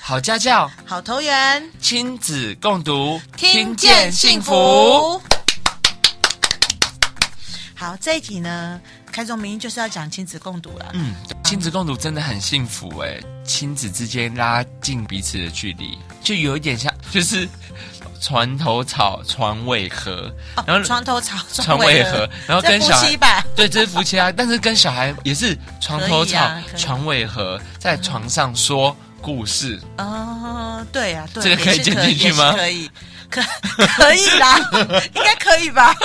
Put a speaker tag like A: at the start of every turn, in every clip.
A: 好家教，
B: 好投缘，
A: 亲子共读，
B: 听见幸福。好，这一集呢，开宗明义就是要讲亲子共读了。
A: 嗯，亲子共读真的很幸福哎、亲子之间拉近彼此的距离，就有一点像，就是船头草、船尾和，然
B: 哦，
A: 后
B: 床头草，
A: 船尾和，然后
B: 这
A: 跟
B: 夫
A: 小孩
B: 妻吧，
A: 对，这是夫妻啊，但是跟小孩也是床头
B: 可以
A: 吵、
B: 啊可以
A: 床尾和，在床上说故事。
B: 哦，对呀、啊，对，
A: 这个可以
B: 也是
A: 剪进去吗
B: 也是可以，可可以 啦，应该可以吧？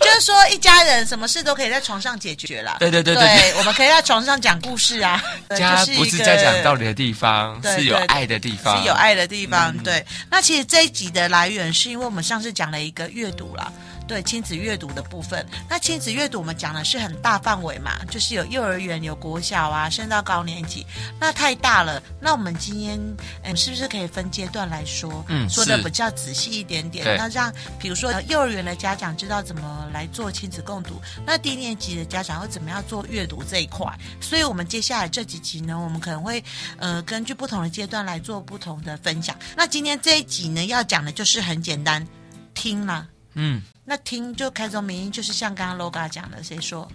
B: 就是说，一家人什么事都可以在床上解决啦。
A: 对对对
B: 对
A: 对对，
B: 我们可以在床上讲故事啊。对
A: 家
B: 就
A: 不
B: 一
A: 是
B: 个
A: 在讲道理的地方，
B: 对
A: 是有
B: 对
A: 爱的地方，嗯
B: 是有。爱的地方。对，那其实这一集的来源是因为我们上次讲了一个阅读啦。对亲子阅读的部分，那亲子阅读我们讲的是很大范围嘛，就是有幼儿园、有国小啊，升到高年级，那太大了。那我们今天，嗯，是不是可以分阶段来说？
A: 嗯
B: 说的
A: 是
B: 比较仔细一点点
A: 对。
B: 那让比如说呃幼儿园的家长知道怎么来做亲子共读，那低年级的家长会怎么样做阅读这一块？所以我们接下来这几集呢，我们可能会呃，根据不同的阶段来做不同的分享。那今天这一集呢，要讲的就是很简单，听啦。
A: 嗯，
B: 那听就开宗明义，就是像刚刚 LOGA 讲的，谁说？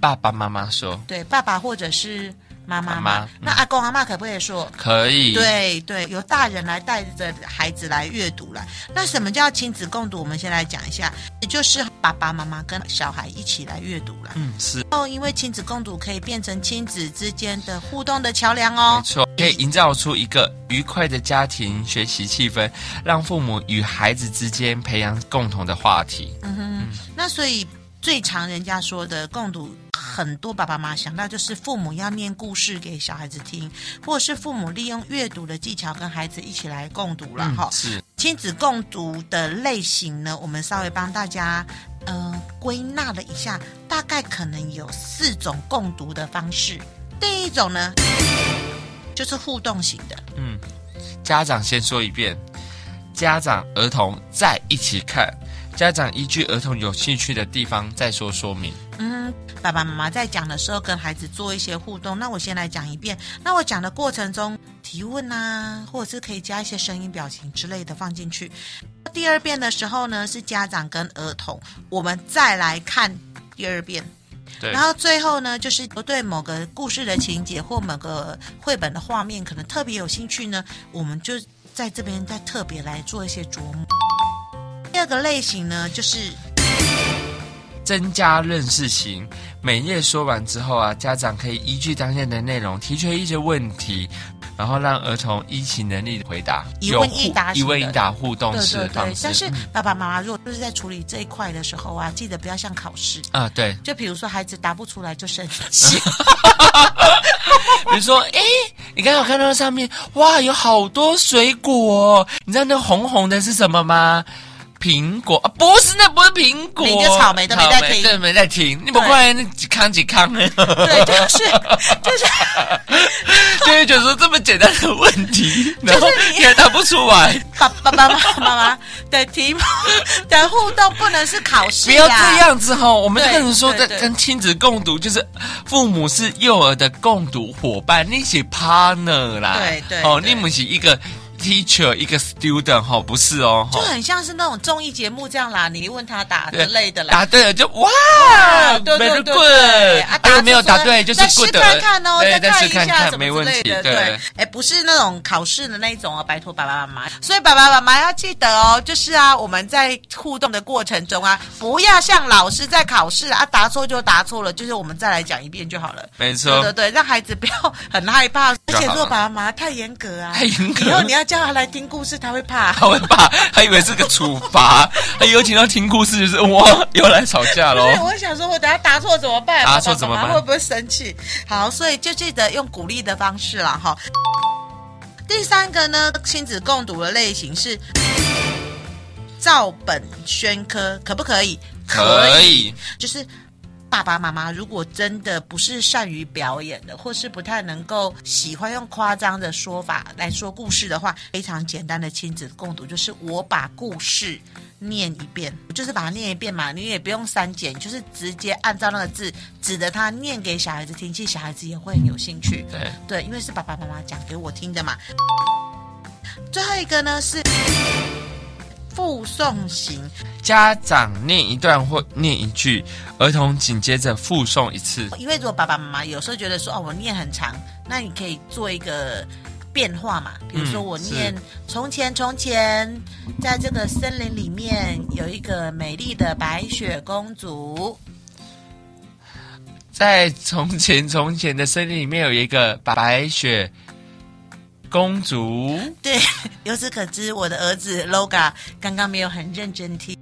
A: 爸爸妈妈说
B: 对，爸爸或者是妈妈嘛。
A: 妈妈嗯
B: 那阿公阿妈可不可以说？
A: 可以，，
B: 对对，由大人来带着孩子来阅读了。那什么叫亲子共读？我们先来讲一下，也就是爸爸妈妈跟小孩一起来阅读了。
A: 嗯，是
B: 哦，因为亲子共读可以变成亲子之间的互动的桥梁
A: 没
B: 哦。
A: 错，可以营造出一个愉快的家庭学习气氛，让父母与孩子之间培养共同的话题。
B: 那所以最常人家说的共读，很多爸爸妈妈想到就是父母要念故事给小孩子听，或是父母利用阅读的技巧跟孩子一起来共读了
A: 嗯
B: 哈，。
A: 是
B: 亲子共读的类型呢，我们稍微帮大家呃归纳了一下，大概可能有四种共读的方式。第一种呢，就是互动型的，
A: 嗯，家长先说一遍，家长儿童在一起看，家长依据儿童有兴趣的地方再说说明。
B: 嗯，爸爸妈妈在讲的时候跟孩子做一些互动。那我先来讲一遍。那我讲的过程中，提问啊，或者是可以加一些声音、表情之类的放进去。第二遍的时候呢，是家长跟儿童，我们再来看第二遍。
A: 对
B: 然，后最后呢，就是对某个故事的情节或某个绘本的画面可能特别有兴趣呢，我们就在这边再特别来做一些琢磨。第二个类型呢，就是
A: 增加认识型。每页说完之后啊，家长可以依据当天的内容提出一些问题，然后让儿童依其能力回答，
B: 一问一
A: 有互
B: 答
A: 一
B: 型的
A: 问一答互动
B: 对
A: 式
B: 对
A: 的
B: 对
A: 方，式。
B: 但是
A: 嗯
B: 爸爸妈妈如果就是在处理这一块的时候啊，记得不要像考试，
A: 啊，对，
B: 就比如说孩子答不出来就生 气，
A: 比如说，诶，你刚好看到上面，哇，有好多水果、哦，你知道那红红的是什么吗？苹果啊，不是，那不是苹果，
B: 你的草莓都没在
A: 草莓
B: 听
A: 对，没在听，你不
B: 对
A: 过来那几康几康呢？
B: 对，就是就是
A: 就会觉得说这么简单的问 题，然后
B: 就是你
A: 你还答不出 来，
B: 爸爸爸妈妈妈的题目的互动不能是考试、
A: 不
B: 啊，
A: 要这。样子哈！我们就
B: 对
A: 跟你说，
B: 对
A: 跟
B: 对
A: 跟亲子共读，就是父母是幼儿的共读伙伴，你一起 partner 啦，
B: 对对
A: 哦，
B: 对
A: 你们是一个 teacher，一个 student 哈，不是哦，
B: 就
A: 哈。
B: 很像是那种综艺节目这样啦，你问他答之类的啦。
A: 答对了就哇
B: 啊，对对
A: very
B: 对
A: good
B: 啊，
A: 如
B: 答
A: 果哎没有答对就是
B: 再
A: good，
B: 试看看哦，
A: 对，
B: 再
A: 再试
B: 看
A: 看
B: 下
A: 看，
B: 什么
A: 没
B: 之
A: 问
B: 类
A: 题，
B: 的，
A: 对
B: 对，，哎，不是那种考试的那一种哦，拜托爸爸妈妈。所以爸爸妈妈要记得哦，就是啊，我们在互动的过程中啊，不要像老师在考试啊，答错就答错了，就是我们再来讲一遍就好了。
A: 没
B: 对对
A: 错，
B: 对，让孩子不要很害怕，而且
A: 哦就好了
B: 做爸爸妈妈太严格啊，
A: 太严格
B: 以
A: 了
B: 后你要叫他来听故事，他会怕。
A: 他会怕，他以为是个处罚， 他有请到听故事就是哇，又来吵架喽
B: 不，是，我想说，我等下答错怎么办？
A: 答错怎么办
B: 爸爸妈妈会不会生气？好，所以就记得用鼓励的方式啦，哈。第三个呢，亲子共读的类型是照本宣科，可不可以？
A: 可，以，
B: 就是爸爸妈妈如果真的不是善于表演的，或是不太能够喜欢用夸张的说法来说故事的话，非常简单的亲子共读就是我把故事念一遍，就是把它念一遍嘛，你也不用删减，就是直接按照那个字指着它念给小孩子听，其实小孩子也会很有兴趣。
A: 对，
B: 对，因为是爸爸妈妈讲给我听的嘛。最后一个呢是附送型，
A: 家长念一段或念一句，儿童紧接着附送一次。
B: 因为如果爸爸妈妈有时候觉得说哦我念很长，那你可以做一个变化嘛，比如说
A: 嗯
B: 我念、从前从前，在这个森林里面有一个美丽的白雪公主，
A: 在从前从前的森林里面有一个白雪公主，
B: 对， 由此可知我的儿子 LOGA 刚刚没有很认真听。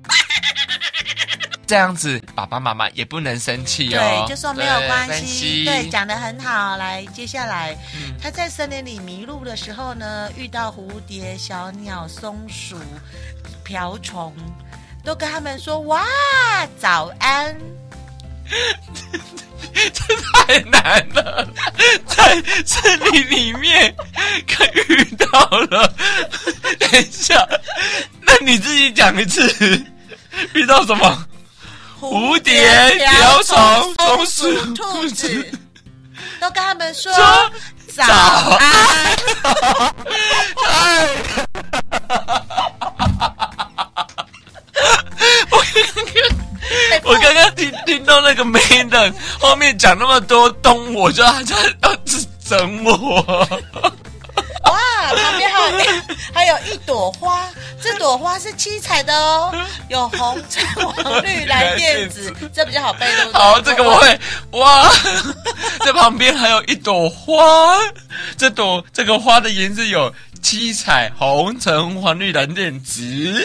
A: 这样子爸爸妈妈也不能生气哦。
B: 对，就说没有关
A: 对
B: 系，对， 讲得很好。来，接下来、
A: 嗯
B: 他在森林里迷路的时候呢，遇到蝴蝶、小鸟、松鼠、瓢虫，都跟他们说哇，早安。
A: 太难了，在森林里面可遇到了。等一下，那你自己讲一次，遇到什么？蝴蝶瓢虫松鼠
B: 兔子， 都跟他们说
A: 说
B: 早
A: 早
B: 安。
A: 哎，
B: 哎
A: 我刚刚听听到那个 m a d e n 后面讲那么多动物，我就他要整我。
B: 哇，旁边还有 还有一朵花，这朵花是七彩的哦，有红、橙、黄、绿、蓝、靛、紫，这比较好背，对不对？
A: 好，这个我会。哇， 在旁边还有一朵花，这朵这个花的颜色有七彩、红、橙、黄、绿、蓝、靛、紫。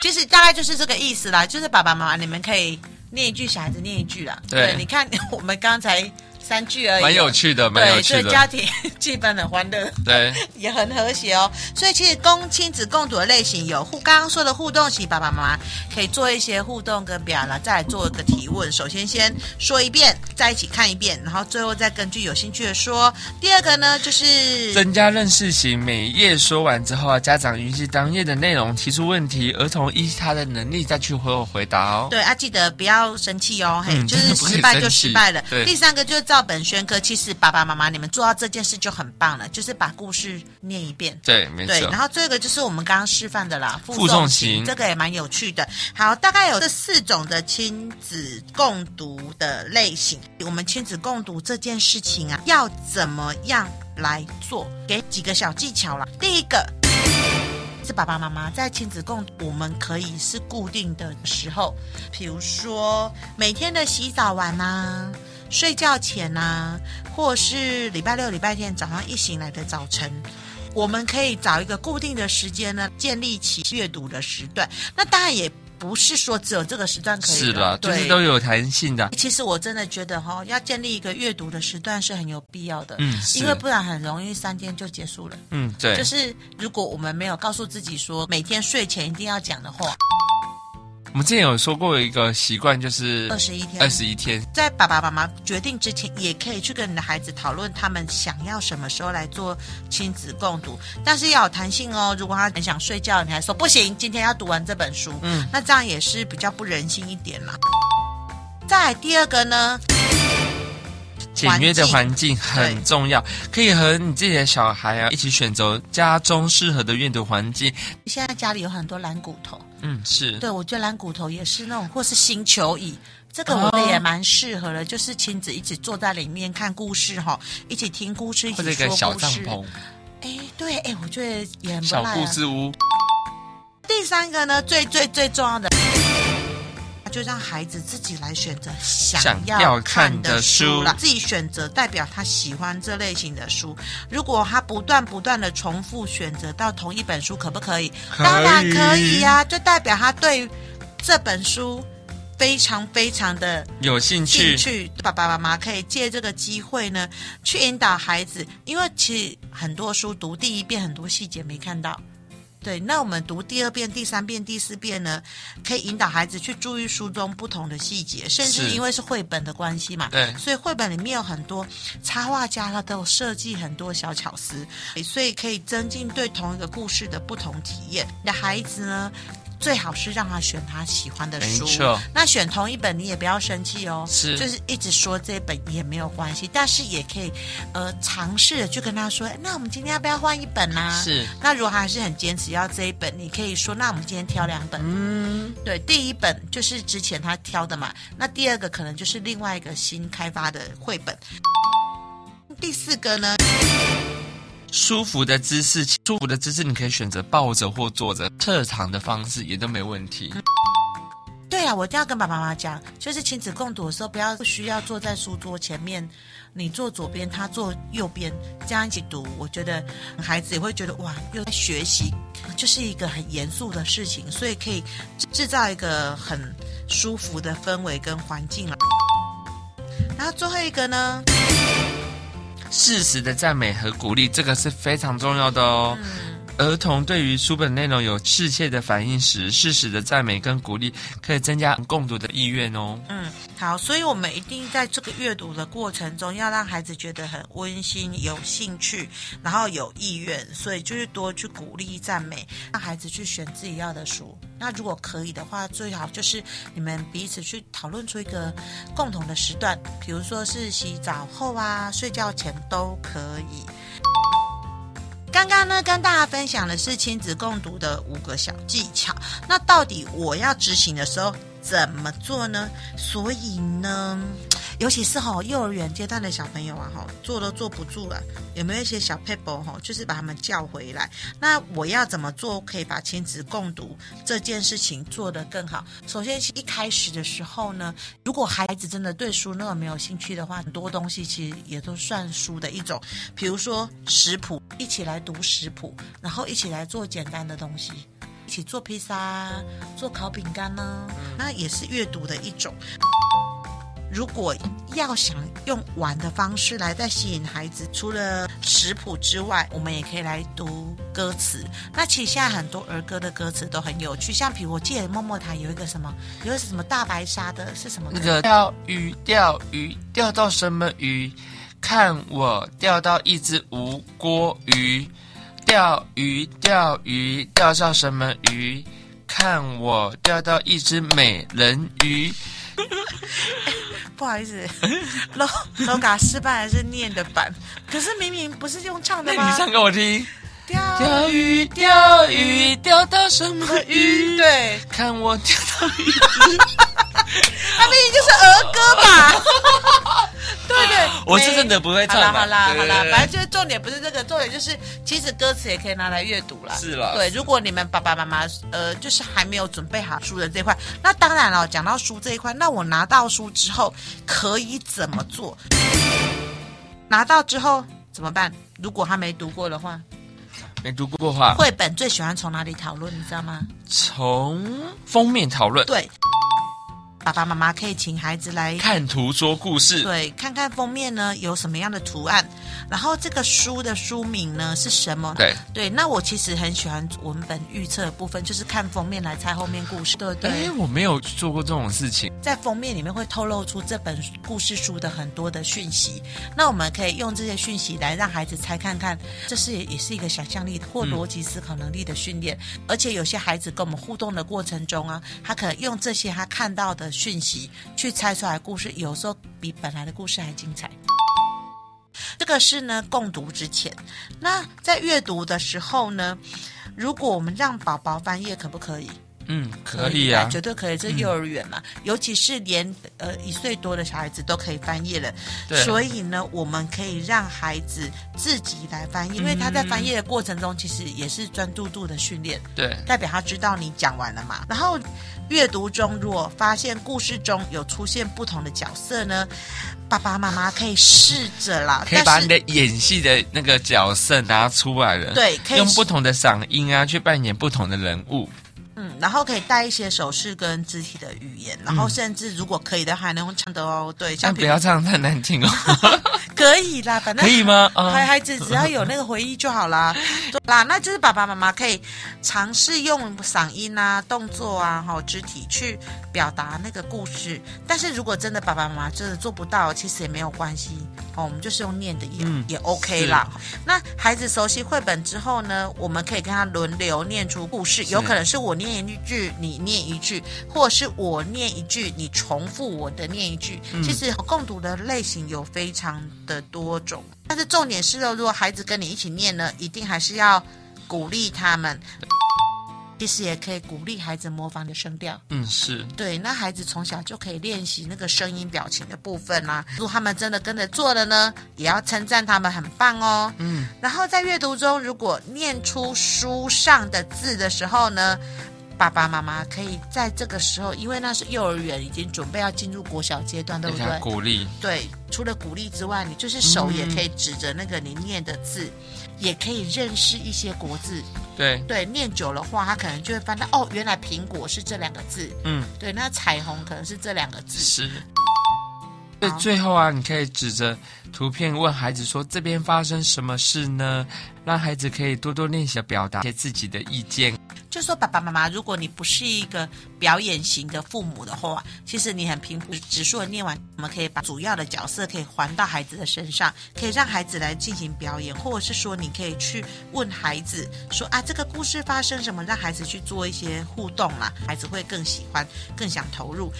B: 其实大概就是这个意思啦，就是爸爸妈妈你们可以念一句，小孩子念一句啦。
A: 对
B: 你看 我们刚才三句而已，
A: 蛮有趣的，蛮有
B: 哎对，所
A: 趣
B: 以家嗯
A: 的。
B: 庭 气氛很欢乐。
A: 对，
B: 也很和谐哦。所以其实公亲子共读的类型有互刚刚说的互动型，爸爸妈妈可以做一些互动跟表达，再来做一个提问。首先先说一遍，再一起看一遍，然后最后再根据有兴趣的说。第二个呢，就是
A: 增加认识型，每页说完之后啊，家长允许当页的内容提出问题，儿童依他的能力再去回我回答哦。
B: 对啊，记得不要生气哦，嘿，
A: 嗯
B: 就是
A: 真的不可以
B: 失败就
A: 生气
B: 失败了。
A: 对
B: 第三个就是照本宣科，其实爸爸妈妈你们做到这件事就很棒了，就是把故事念一遍。
A: 对，没
B: 对，
A: 错
B: 然。后这个就是我们刚刚示范的啦，
A: 负重型
B: 这个也蛮有趣的。好，大概有这四种的亲子共读的类型。我们亲子共读这件事情啊，要怎么样来做？给几个小技巧啦。第一个。是爸爸妈妈在亲子共，我们可以是固定的时候，比如说每天的洗澡完啊，睡觉前啊，或是礼拜六、礼拜天早上一醒来的早晨，我们可以找一个固定的时间呢，建立起阅读的时段。那当然也不是说只有这个时段可以
A: 是
B: 的
A: 啦，就
B: 对
A: 是都有弹性的。
B: 其实我真的觉得哈、要建立一个阅读的时段是很有必要的，
A: 嗯是
B: 因为不然很容易三天就结束了。
A: 嗯，对，
B: 就是如果我们没有告诉自己说每天睡前一定要讲的话，
A: 我们之前有说过一个习惯，就是
B: 二十一天
A: 二，十一天。
B: 在爸爸妈妈决定之前，也可以去跟你的孩子讨论他们想要什么时候来做亲子共读，但是要有弹性哦。如果他很想睡觉，你还说不行，今天要读完这本书，
A: 嗯，
B: 那这样也是比较不人性一点啦。再来第二个呢，
A: 简约的
B: 环
A: 环境很重要，可以和你自己的小孩啊一起选择家中适合的阅读环境。
B: 现在家里有很多蓝骨头，
A: 嗯，是。
B: 对我觉得蓝骨头也是那种，或是星球椅。这个我觉得也蛮适合的，就是亲子一起坐在里面看故事哈，一起听故事，一
A: 或者
B: 起
A: 一个
B: 说
A: 小
B: 故
A: 帐
B: 事。
A: 篷、
B: 哎，对，哎，我觉得也很不
A: 小
B: 赖、啊。
A: 故事屋，
B: 第三个呢，最最最重要的，就让孩子自己来选择想
A: 想要
B: 要看
A: 看的
B: 的书
A: 书
B: 了，自己选择代表他喜欢这类型的书。如果他不断不断的重复选择到同一本书，可不可以？
A: 可以
B: 当然可以呀、就代表他对这本书非常非常的
A: 有兴
B: 兴
A: 趣
B: 趣，爸爸妈妈可以借这个机会呢，去引导孩子，因为其实很多书读第一遍很多细节没看到，对，那我们读第二遍、第三遍、第四遍呢，可以引导孩子去注意书中不同的细节，甚至
A: 是
B: 因为是绘本的关系嘛，
A: 对
B: 所以绘本里面有很多插画家他都有设计很多小巧思，所以可以增进对同一个故事的不同体验。你的孩子呢？最好是让他选他喜欢的书
A: 没错，
B: 那选同一本你也不要生气哦，
A: 是
B: 就是一直说这本也没有关系，但是也可以呃尝试的去跟他说，哎那我们今天要不要换一本啊？
A: 是
B: 那如果他还是很坚持要这一本，你可以说，那我们今天挑两本。
A: 嗯，
B: 对，第一本就是之前他挑的嘛，那第二个可能就是另外一个新开发的绘本。第四个呢，
A: 舒服的姿势，舒服的姿势你可以选择抱着或坐着，侧躺的方式也都没问题。
B: 嗯对啊，我一定要跟爸爸妈妈讲，就是亲子共读的时候，不要不需要坐在书桌前面，你坐左边，他坐右边，这样一起读，我觉得孩子也会觉得哇，又在学习，就是一个很严肃的事情，所以可以制造一个很舒服的氛围跟环境啦。然后最后一个呢，
A: 适时的赞美和鼓励，这个是非常重要的哦。
B: 嗯
A: 儿童对于书本内容有适切的反应时，适时的赞美跟鼓励可以增加共读的意愿哦。
B: 嗯，好，所以我们一定在这个阅读的过程中，要让孩子觉得很温馨、有兴趣，然后有意愿，所以就是多去鼓励、赞美，让孩子去选自己要的书。那如果可以的话，最好就是你们彼此去讨论出一个共同的时段，比如说是洗澡后啊、睡觉前都可以。刚刚呢，跟大家分享的是亲子共读的五个小技巧。那到底我要执行的时候怎么做呢？所以呢，尤其是吼、幼儿园阶段的小朋友啊，吼、坐都坐不住了，有没有一些小 paper 吼、就是把他们叫回来？那我要怎么做可以把亲子共读这件事情做得更好？首先是一开始的时候呢，如果孩子真的对书那么没有兴趣的话，很多东西其实也都算书的一种，比如说食谱，一起来读食谱，然后一起来做简单的东西。一起做披萨啊、做烤饼干呢、
A: 嗯
B: 那也是阅读的一种。如果要想用玩的方式来再吸引孩子，除了食谱之外，我们也可以来读歌词。那其实现在很多儿歌的歌词都很有趣，像比如我记得默默台有一个什么，有一个什么大白鲨的，是什么歌？
A: 那个钓鱼，钓鱼，钓到什么鱼？看我钓到一只无锅鱼，钓鱼，钓鱼，钓到什么鱼？看我钓到一只美人鱼。
B: 不好意思 l o l o g a 失败还是念的版，可是明明不是用唱
A: 那
B: 的
A: 你
B: 吗？
A: 唱给我听。
B: 钓
A: 钓鱼，钓鱼，钓到什么鱼？，
B: 对，
A: 看我钓到鱼。
B: 它明明就是儿歌吧？ 对对，
A: 我是真的不会唱
B: 啦。
A: 啦
B: 好啦好
A: 对
B: 啦
A: 对，对
B: 反正就是重点不是这个，重点就是其实歌词也可以拿来阅读啦。
A: 是啦
B: 对，如果你们爸爸妈妈呃就是还没有准备好书的这一块，那当然了，讲到书这一块，那我拿到书之后可以怎么做？拿到之后怎么办？如果他没读过的话，
A: 没读过话，
B: 绘本最喜欢从哪里讨论，你知道吗？
A: 从封面讨论，
B: 对，爸爸妈妈可以请孩子来
A: 看图说故事。
B: 对，看看封面呢有什么样的图案，然后这个书的书名呢是什么？
A: 对
B: 对，那我其实很喜欢文本预测的部分，就是看封面来猜后面故事。对对，
A: 哎，我没有做过这种事情。
B: 在封面里面会透露出这本故事书的很多的讯息，那我们可以用这些讯息来让孩子猜看看，这是也是一个想象力或逻辑思考能力的训练。而且有些孩子跟我们互动的过程中啊，他可能用这些他看到的讯息去猜出来的故事，有时候比本来的故事还精彩。这个是呢共读之前，那在阅读的时候呢，如果我们让宝宝翻页，可不可以？
A: 嗯，可以啊。
B: 哎
A: 嗯
B: 绝对可以。这幼儿园嘛，尤其是连呃一岁多的小孩子都可以翻页了，
A: 对
B: 所以呢，我们可以让孩子自己来翻页，因为他在翻页的过程中，其实也是专注度的训练。
A: 对，
B: 代表他知道你讲完了嘛。然后阅读中，如果发现故事中有出现不同的角色呢，爸爸妈妈可以试着啦，
A: 可以把
B: 但
A: 你
B: 是
A: 的演戏的那个角色拿出来了。
B: 对可以
A: 用不同的嗓音啊，去扮演不同的人物。
B: 嗯，然后可以带一些手势跟肢体的语言，然
A: 嗯
B: 后甚至如果可以的话，还能用唱的哦。对，像
A: 但
B: 比
A: 不
B: 如
A: 要唱得太难 听哦，
B: 可以啦，反正
A: 可以吗？啊、
B: 孩孩子只要有那个回忆就好啦。 对啦，那就是爸爸妈妈可以尝试用嗓音啊、动作啊、哈、肢体去表达那个故事。但是如果真的爸爸妈妈真的做不到，其实也没有关系哦，我们就是用念的也、
A: 嗯
B: 也 OK 啦。那孩子熟悉绘本之后呢，我们可以跟他轮流念出故事，有可能是我念一句，你念一句，或者是我念一句，你重复我的念一句。其实共读的类型有非常的多种，但是重点是呢，如果孩子跟你一起念呢，一定还是要鼓励他们。其实也可以鼓励孩子模仿你的声调，
A: 嗯，是，
B: 对，那孩子从小就可以练习那个声音表情的部分啦、如果他们真的跟着做了呢，也要称赞他们很棒哦。
A: 嗯，
B: 然后在阅读中，如果念出书上的字的时候呢，爸爸妈妈可以在这个时候，因为那是幼儿园已经准备要进入国小阶段，对
A: 大
B: 不
A: 家
B: 对？
A: 鼓励，
B: 对，除了鼓励之外，你就是手也可以指着那个你念的字，也可以认识一些国字。
A: 对，
B: 对，念久了话，他可能就会翻到哦，原来苹果是这两个字。
A: 嗯，
B: 对，那彩虹可能是这两个字。
A: 是。最最后啊，你可以指着图片问孩子说：“这边发生什么事呢？”让孩子可以多多练习地表达一些自己的意见。
B: 就说爸爸妈妈，如果你不是一个表演型的父母的话，其实你很平铺直述的念完，我们可以把主要的角色可以还到孩子的身上，可以让孩子来进行表演，或者是说你可以去问孩子说啊，这个故事发生什么，让孩子去做一些互动啦，孩子会更喜欢，更想投入。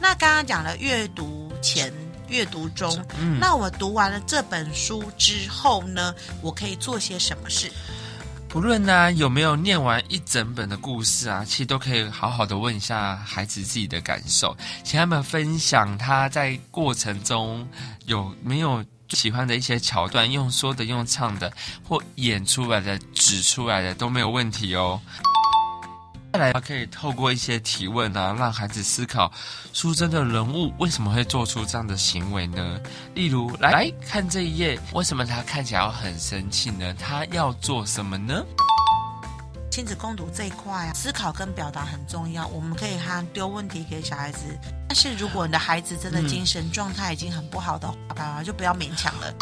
B: 那刚刚讲了阅读前、阅读中，那我读完了这本书之后呢，我可以做些什么事？
A: 不论呢、有没有念完一整本的故事啊，其实都可以好好的问一下孩子自己的感受，请他们分享他在过程中有没有喜欢的一些桥段，用说的、用唱的，或演出来的、指出来的都没有问题哦。再来，可以透过一些提问啊，让孩子思考书中的人物为什么会做出这样的行为呢？例如，来来看这一页，为什么他看起来很生气呢？他要做什么呢？
B: 亲子共读这一块啊，思考跟表达很重要。我们可以和丢问题给小孩子，但是如果你的孩子真的精神状态已经很不好的话，爸爸就不要勉强了。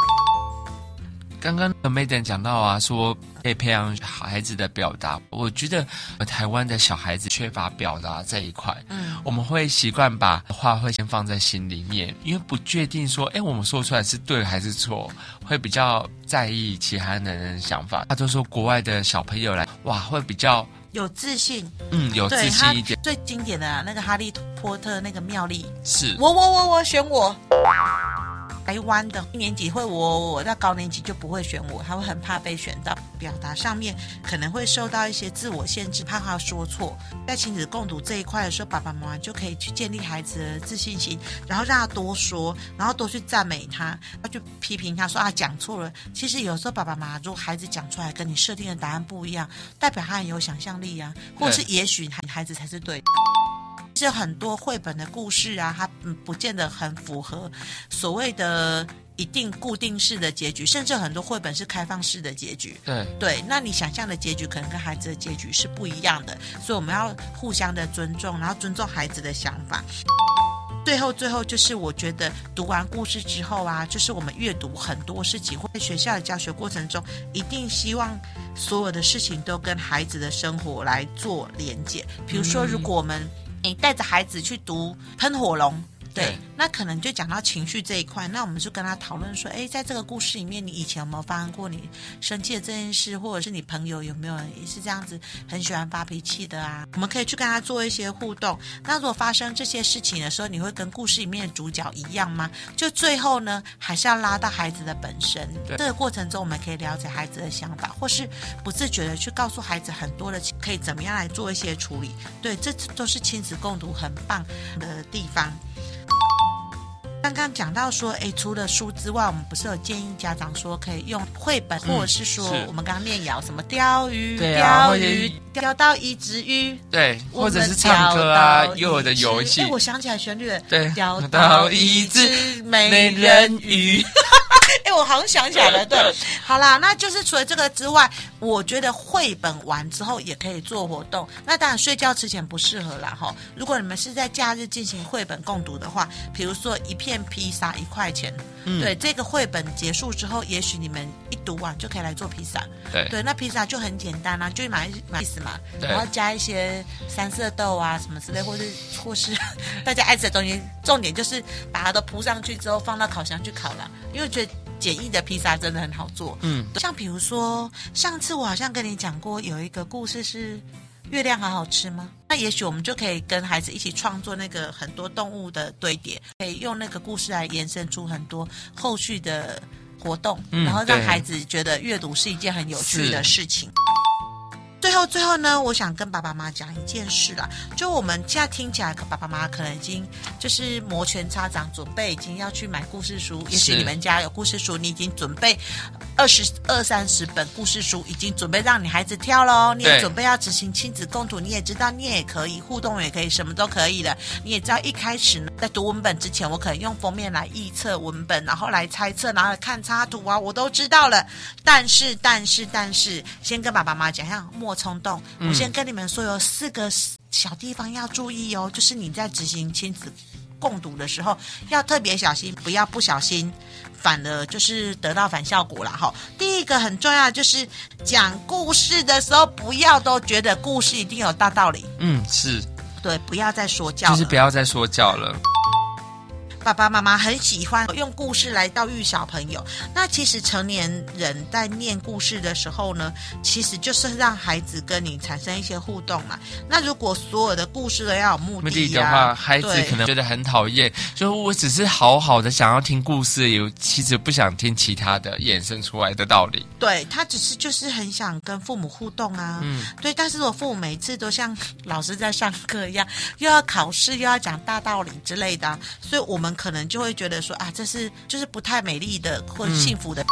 A: 刚刚的 Maiden 讲到啊，说可以培养孩子的表达，我觉得呃台湾的小孩子缺乏表达这一块。
B: 嗯，
A: 我们会习惯把话会先放在心里面，因为不确定说，哎，我们说出来是对还是错，会比较在意其他人的想法。他就说国外的小朋友来，哇，会比较
B: 有自信，
A: 嗯有自
B: 对他
A: 信一点，
B: 最经典的、啊、那个哈利波特那个妙丽，
A: 是
B: 我我我我选我。台湾的一年级会我我我，到高年级就不会选我，他会很怕被选到。表达上面可能会受到一些自我限制，怕他说错。在亲子共读这一块的时候，爸爸妈妈就可以去建立孩子的自信心，然后让他多说，然后多去赞美他，要去批评他说啊讲错了。其实有时候爸爸妈妈如果孩子讲出来跟你设定的答案不一样，代表他很有想象力啊，或者是也许孩孩子才是对的。其实很多绘本的故事啊，它嗯不见得很符合所谓的一定固定式的结局，甚至很多绘本是开放式的结局。
A: 对。
B: 对，那你想象的结局可能跟孩子的结局是不一样的，所以我们要互相的尊重，然后尊重孩子的想法。最后，最后就是我觉得读完故事之后啊，就是我们阅读很多事情，或在学校的教学过程中，一定希望所有的事情都跟孩子的生活来做连接。比如说，如果我们诶带着孩子去读《喷火龙》。对
A: 对，
B: 那可能就讲到情绪这一块，那我们就跟他讨论说，诶，在这个故事里面，你以前有没有发生过你生气的这件事，或者是你朋友有没有也是这样子很喜欢发脾气的啊？我们可以去跟他做一些互动。那如果发生这些事情的时候，你会跟故事里面的主角一样吗？就最后呢，还是要拉到孩子的本身。
A: 对
B: 这个过程中，我们可以了解孩子的想法，或是不自觉的去告诉孩子很多的可以怎么样来做一些处理。对，这都是亲子共读很棒的地方。刚刚讲到说，诶，除了书之外，我们不是有建议家长说可以用绘本，或者是说
A: 嗯是
B: 我们刚刚念谣什么钓鱼、
A: 对啊
B: 钓
A: 或者
B: 鱼、钓到一只鱼，
A: 对，或者
B: 我
A: 是
B: 们
A: 唱歌啊
B: 钓，到
A: 幼儿的
B: 一只哎
A: 游戏
B: 诶，我想起来旋律了，
A: 对
B: 钓
A: 钓到
B: 到
A: 一
B: 一
A: 只
B: 只
A: 美
B: 美
A: 人
B: 人
A: 鱼
B: 鱼，哎、我好像想起来了，对， 好啦，那就是除了这个之外，我觉得绘本完之后也可以做活动。那当然睡觉之前不适合啦，哈。如果你们是在假日进行绘本共读的话，比如说一片披萨一块钱，
A: 嗯
B: 对，这个绘本结束之后，也许你们一读完就可以来做披萨。
A: 对
B: 对，那披萨就很简单啦、啊就买买意思嘛，
A: 对
B: 然后加一些三色豆啊什么之类，或是或是 大家爱吃的东西。重点就是把它都铺上去之后，放到烤箱去烤啦。因为我觉得简易的披萨真的很好做。
A: 嗯，
B: 像比如说上次我好像跟你讲过有一个故事是。月亮好好吃吗？那也许我们就可以跟孩子一起创作那个很多动物的堆叠，可以用那个故事来延伸出很多后续的活动，
A: 嗯
B: 然后让
A: 对
B: 孩子觉得阅读是一件很有趣
A: 是
B: 的事情。最后，最后呢，我想跟爸爸妈妈讲一件事啦，就我们现在听起来，爸爸妈妈可能已经就是摩拳擦掌，准备已经要去买故事书。也许
A: 是
B: 你们家有故事书，你已经准备二十二三十本故事书，已经准备让你孩子挑喽。你也
A: 对
B: 准备要执行亲子共读，你也知道，你也可以互动，也可以什么都可以了。你也知道，一开始呢，在读文本之前，我可能用封面来臆测文本，然后来猜测，然后来看插图啊，我都知道了。但是，但是，但是，先跟爸爸妈妈讲一下，莫冲动。我先跟你们说，有四个小地方要注意哦，就是你在执行亲子共读的时候，要特别小心，不要不小心，反而就是得到反效果啦。哈。第一个很重要的就是讲故事的时候，不要都觉得故事一定有大道理，
A: 嗯，是，
B: 对，不要再说教了。
A: 就是不要再说教了。
B: 爸爸妈妈很喜欢用故事来教育小朋友。那其实成年人在念故事的时候呢，其实就是让孩子跟你产生一些互动嘛。那如果所有的故事都要有目
A: 目
B: 的
A: 的
B: 呀、
A: 的话，孩子
B: 对
A: 可能觉得很讨厌，就是我只是好好的想要听故事，有其实不想听其他的衍生出来的道理。
B: 对他只是就是很想跟父母互动啊，
A: 嗯
B: 对。但是我父母每次都像 老师在上课一样，又要考试，又要讲大道理之类的啊、所以我们可能就会觉得说啊，这是就是不太美丽的或者幸
A: 嗯
B: 福的。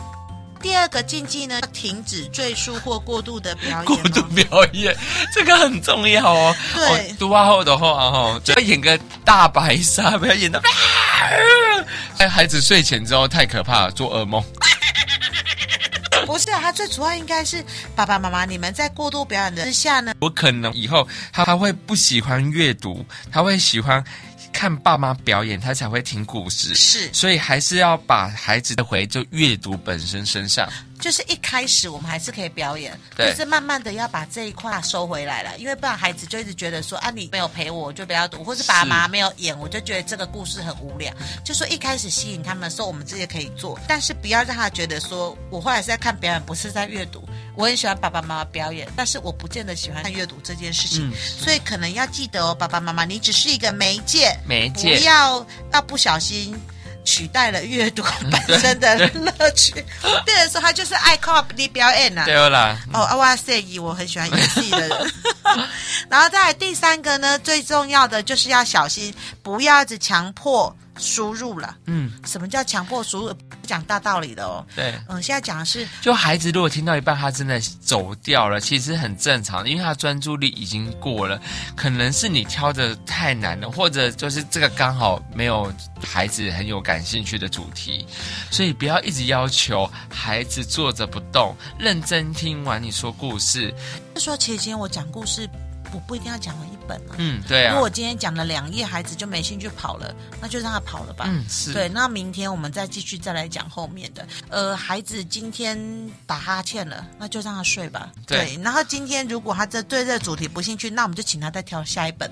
B: 第二个禁忌呢，停止赘述或过度的表演、哦。
A: 过度表演，这个很重要哦。
B: 对
A: 哦读完后的话哦，就要演个大白鲨，不要演到。 在孩子睡前之后太可怕了，做噩梦。
B: 不是啊，他最主要应该是爸爸妈妈，你们在过度表演之下呢，
A: 我可能以后他他会不喜欢阅读，他会喜欢看爸妈表演，他才会听故事。
B: 是
A: 所以还是要把孩子的回就阅读本身身上。
B: 就是一开始我们还是可以表演，
A: 对
B: 就是慢慢的要把这一块收回来了，因为不然孩子就一直觉得说啊，你没有陪我，我就不要读，或是爸妈没有演，我就觉得这个故事很无聊。就说一开始吸引他们的时候，我们这些可以做，但是不要让他觉得说我后来是在看表演，不是在阅读。我很喜欢爸爸妈妈表演，但是我不见得喜欢看阅读这件事情，
A: 嗯
B: 所以可能要记得哦，爸爸妈妈，你只是一个媒介，
A: 媒介
B: 不要要不小心取代了阅读
A: 嗯
B: 本身的乐趣。对的时候，他就是爱靠你表演呐、啊。
A: 对啦，
B: 哦，啊哇塞，以我很喜欢演戏 的人。然后再来第三个呢，最重要的就是要小心，不要一直强迫输入了。
A: 嗯，
B: 什么叫强迫输入？不讲大道理的哦。
A: 对。
B: 嗯，现在讲的是
A: 就孩子如果听到一半，他真的走掉了，其实很正常，因为他专注力已经过了，可能是你挑的太难了，或者就是这个刚好没有孩子很有感兴趣的主题，所以不要一直要求孩子坐着不动，认真听完你说故事。
B: 就说，其实今天我讲故事，我不一定要讲完一本啊。
A: 嗯，对
B: 如
A: 啊
B: 果，我今天讲了两页，孩子就没兴趣跑了，那就让他跑了吧。
A: 嗯是，
B: 对，那明天我们再继续再来讲后面的。呃，孩子今天打哈欠了，那就让他睡吧。
A: 对
B: 然后今天如果他这对这个主题不兴趣，那我们就请他再挑下一本。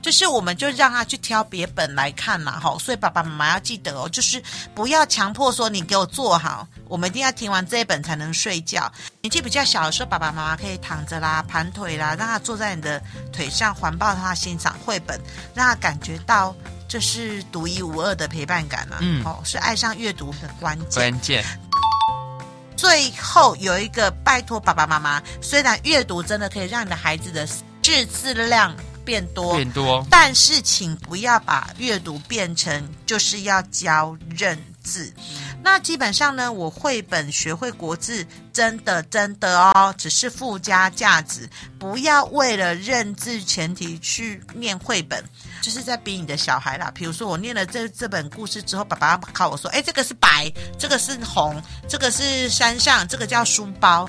B: 就是我们就让他去挑别本来看嘛，哈。所以爸爸妈妈要记得哦，就是不要强迫说你给我做好，我们一定要听完这一本才能睡觉。年纪比较小的时候，爸爸妈妈可以躺着啦、盘腿啦，让他坐在你的腿上，环抱他欣赏绘本，让他感觉到这是独一无二的陪伴感啊。
A: 嗯
B: 哦，是爱上阅读的关键。
A: 关键
B: 最后有一个拜托爸爸妈妈，虽然阅读真的可以让你的孩子的识字量变多，
A: 变多。
B: 但是请不要把阅读变成就是要教认字。那基本上呢，我绘本学会国字真的真的哦，只是附加价值，不要为了认字前提去念绘本，就是在逼你的小孩啦。比如说我念了这这本故事之后，爸爸考我说，哎，这个是白，这个是红，这个是山上，这个叫书包。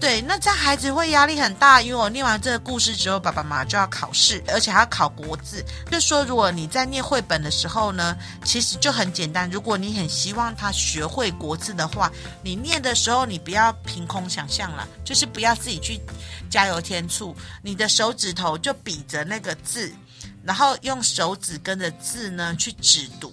A: 对，
B: 对，那这样孩子会压力很大，因为我念完这个故事之后，爸爸妈妈就要考试，而且还要考国字。就说如果你在念绘本的时候呢，其实就很简单。如果你很希望他学会国字的话，你念的时候你不要凭空想象了，就是不要自己去加油添醋，你的手指头就比着那个字，然后用手指跟着字呢去指读。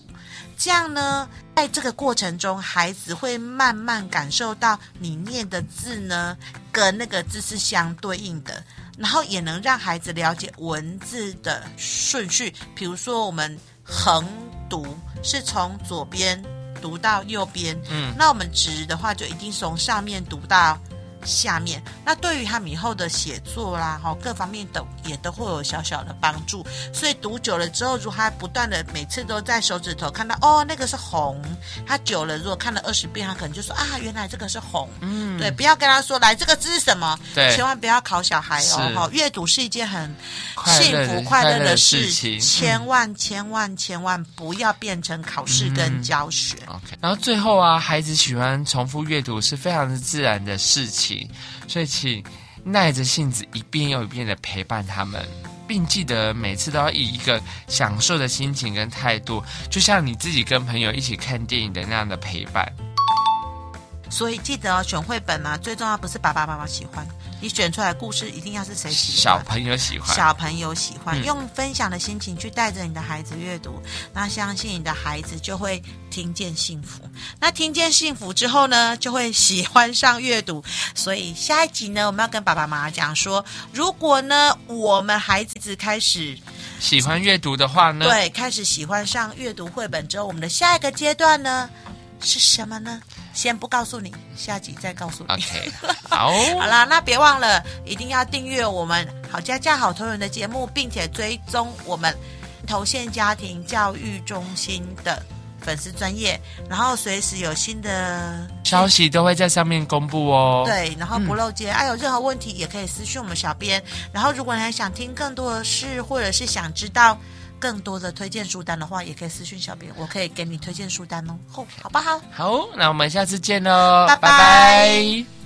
B: 这样呢，在这个过程中，孩子会慢慢感受到你念的字呢，跟那个字是相对应的，然后也能让孩子了解文字的顺序。比如说，我们横读是从左边读到右边，
A: 嗯，
B: 那我们直的话就一定从上面读到下面。那对于他们以后的写作啦，哈，各方面都也都会有小小的帮助。所以读久了之后，如果他不断的每次都在手指头看到哦那个是红，他久了如果看了二十遍，他可能就说啊原来这个是红。
A: 嗯，
B: 对，不要跟他说来这个字是什么，
A: 对
B: 千万不要考小孩
A: 是
B: 哦。哈，阅读是一件很
A: 快
B: 幸
A: 乐的
B: 福快乐
A: 乐
B: 的
A: 事
B: 事，
A: 情。
B: 嗯千万千万千万不要变成考试跟教学。
A: OK，然后最后啊，孩子喜欢重复阅读是非常自然的事情，所以请耐着性子一遍又一遍的陪伴他们，并记得每次都要以一个享受的心情跟态度，就像你自己跟朋友一起看电影的那样的陪伴。
B: 所以记得哦，选绘本啊，最重要不是爸爸妈妈喜欢，你选出来的故事一定要是谁喜
A: 小
B: 欢。
A: 朋友喜欢，
B: 小朋友喜欢，
A: 嗯
B: 用分享的心情去带着你的孩子阅读，那相信你的孩子就会听见幸福。那听见幸福之后呢，就会喜欢上阅读。所以下一集呢，我们要跟爸爸妈妈讲说，如果呢我们孩子开始
A: 喜欢阅读的话呢，
B: 对开始喜欢上阅读绘本之后，我们的下一个阶段呢是什么呢？先不告诉你，下集再告诉你。
A: ，OK，好，
B: 好啦，那别忘了一定要订阅我们好家教好投人的节目，并且追踪我们头线家庭教育中心的粉丝专业，然后随时有新的
A: 消息都会在上面公布哦。，
B: 对，然后不漏接。哎、有任何问题也可以私讯我们小编。然后，如果你还想听更多的事，或者是想知道更多的推荐书单的话，也可以私讯小编，我可以给你推荐书单哦，吼好不好？
A: 好，那我们下次见喽，
B: 拜拜
A: 拜拜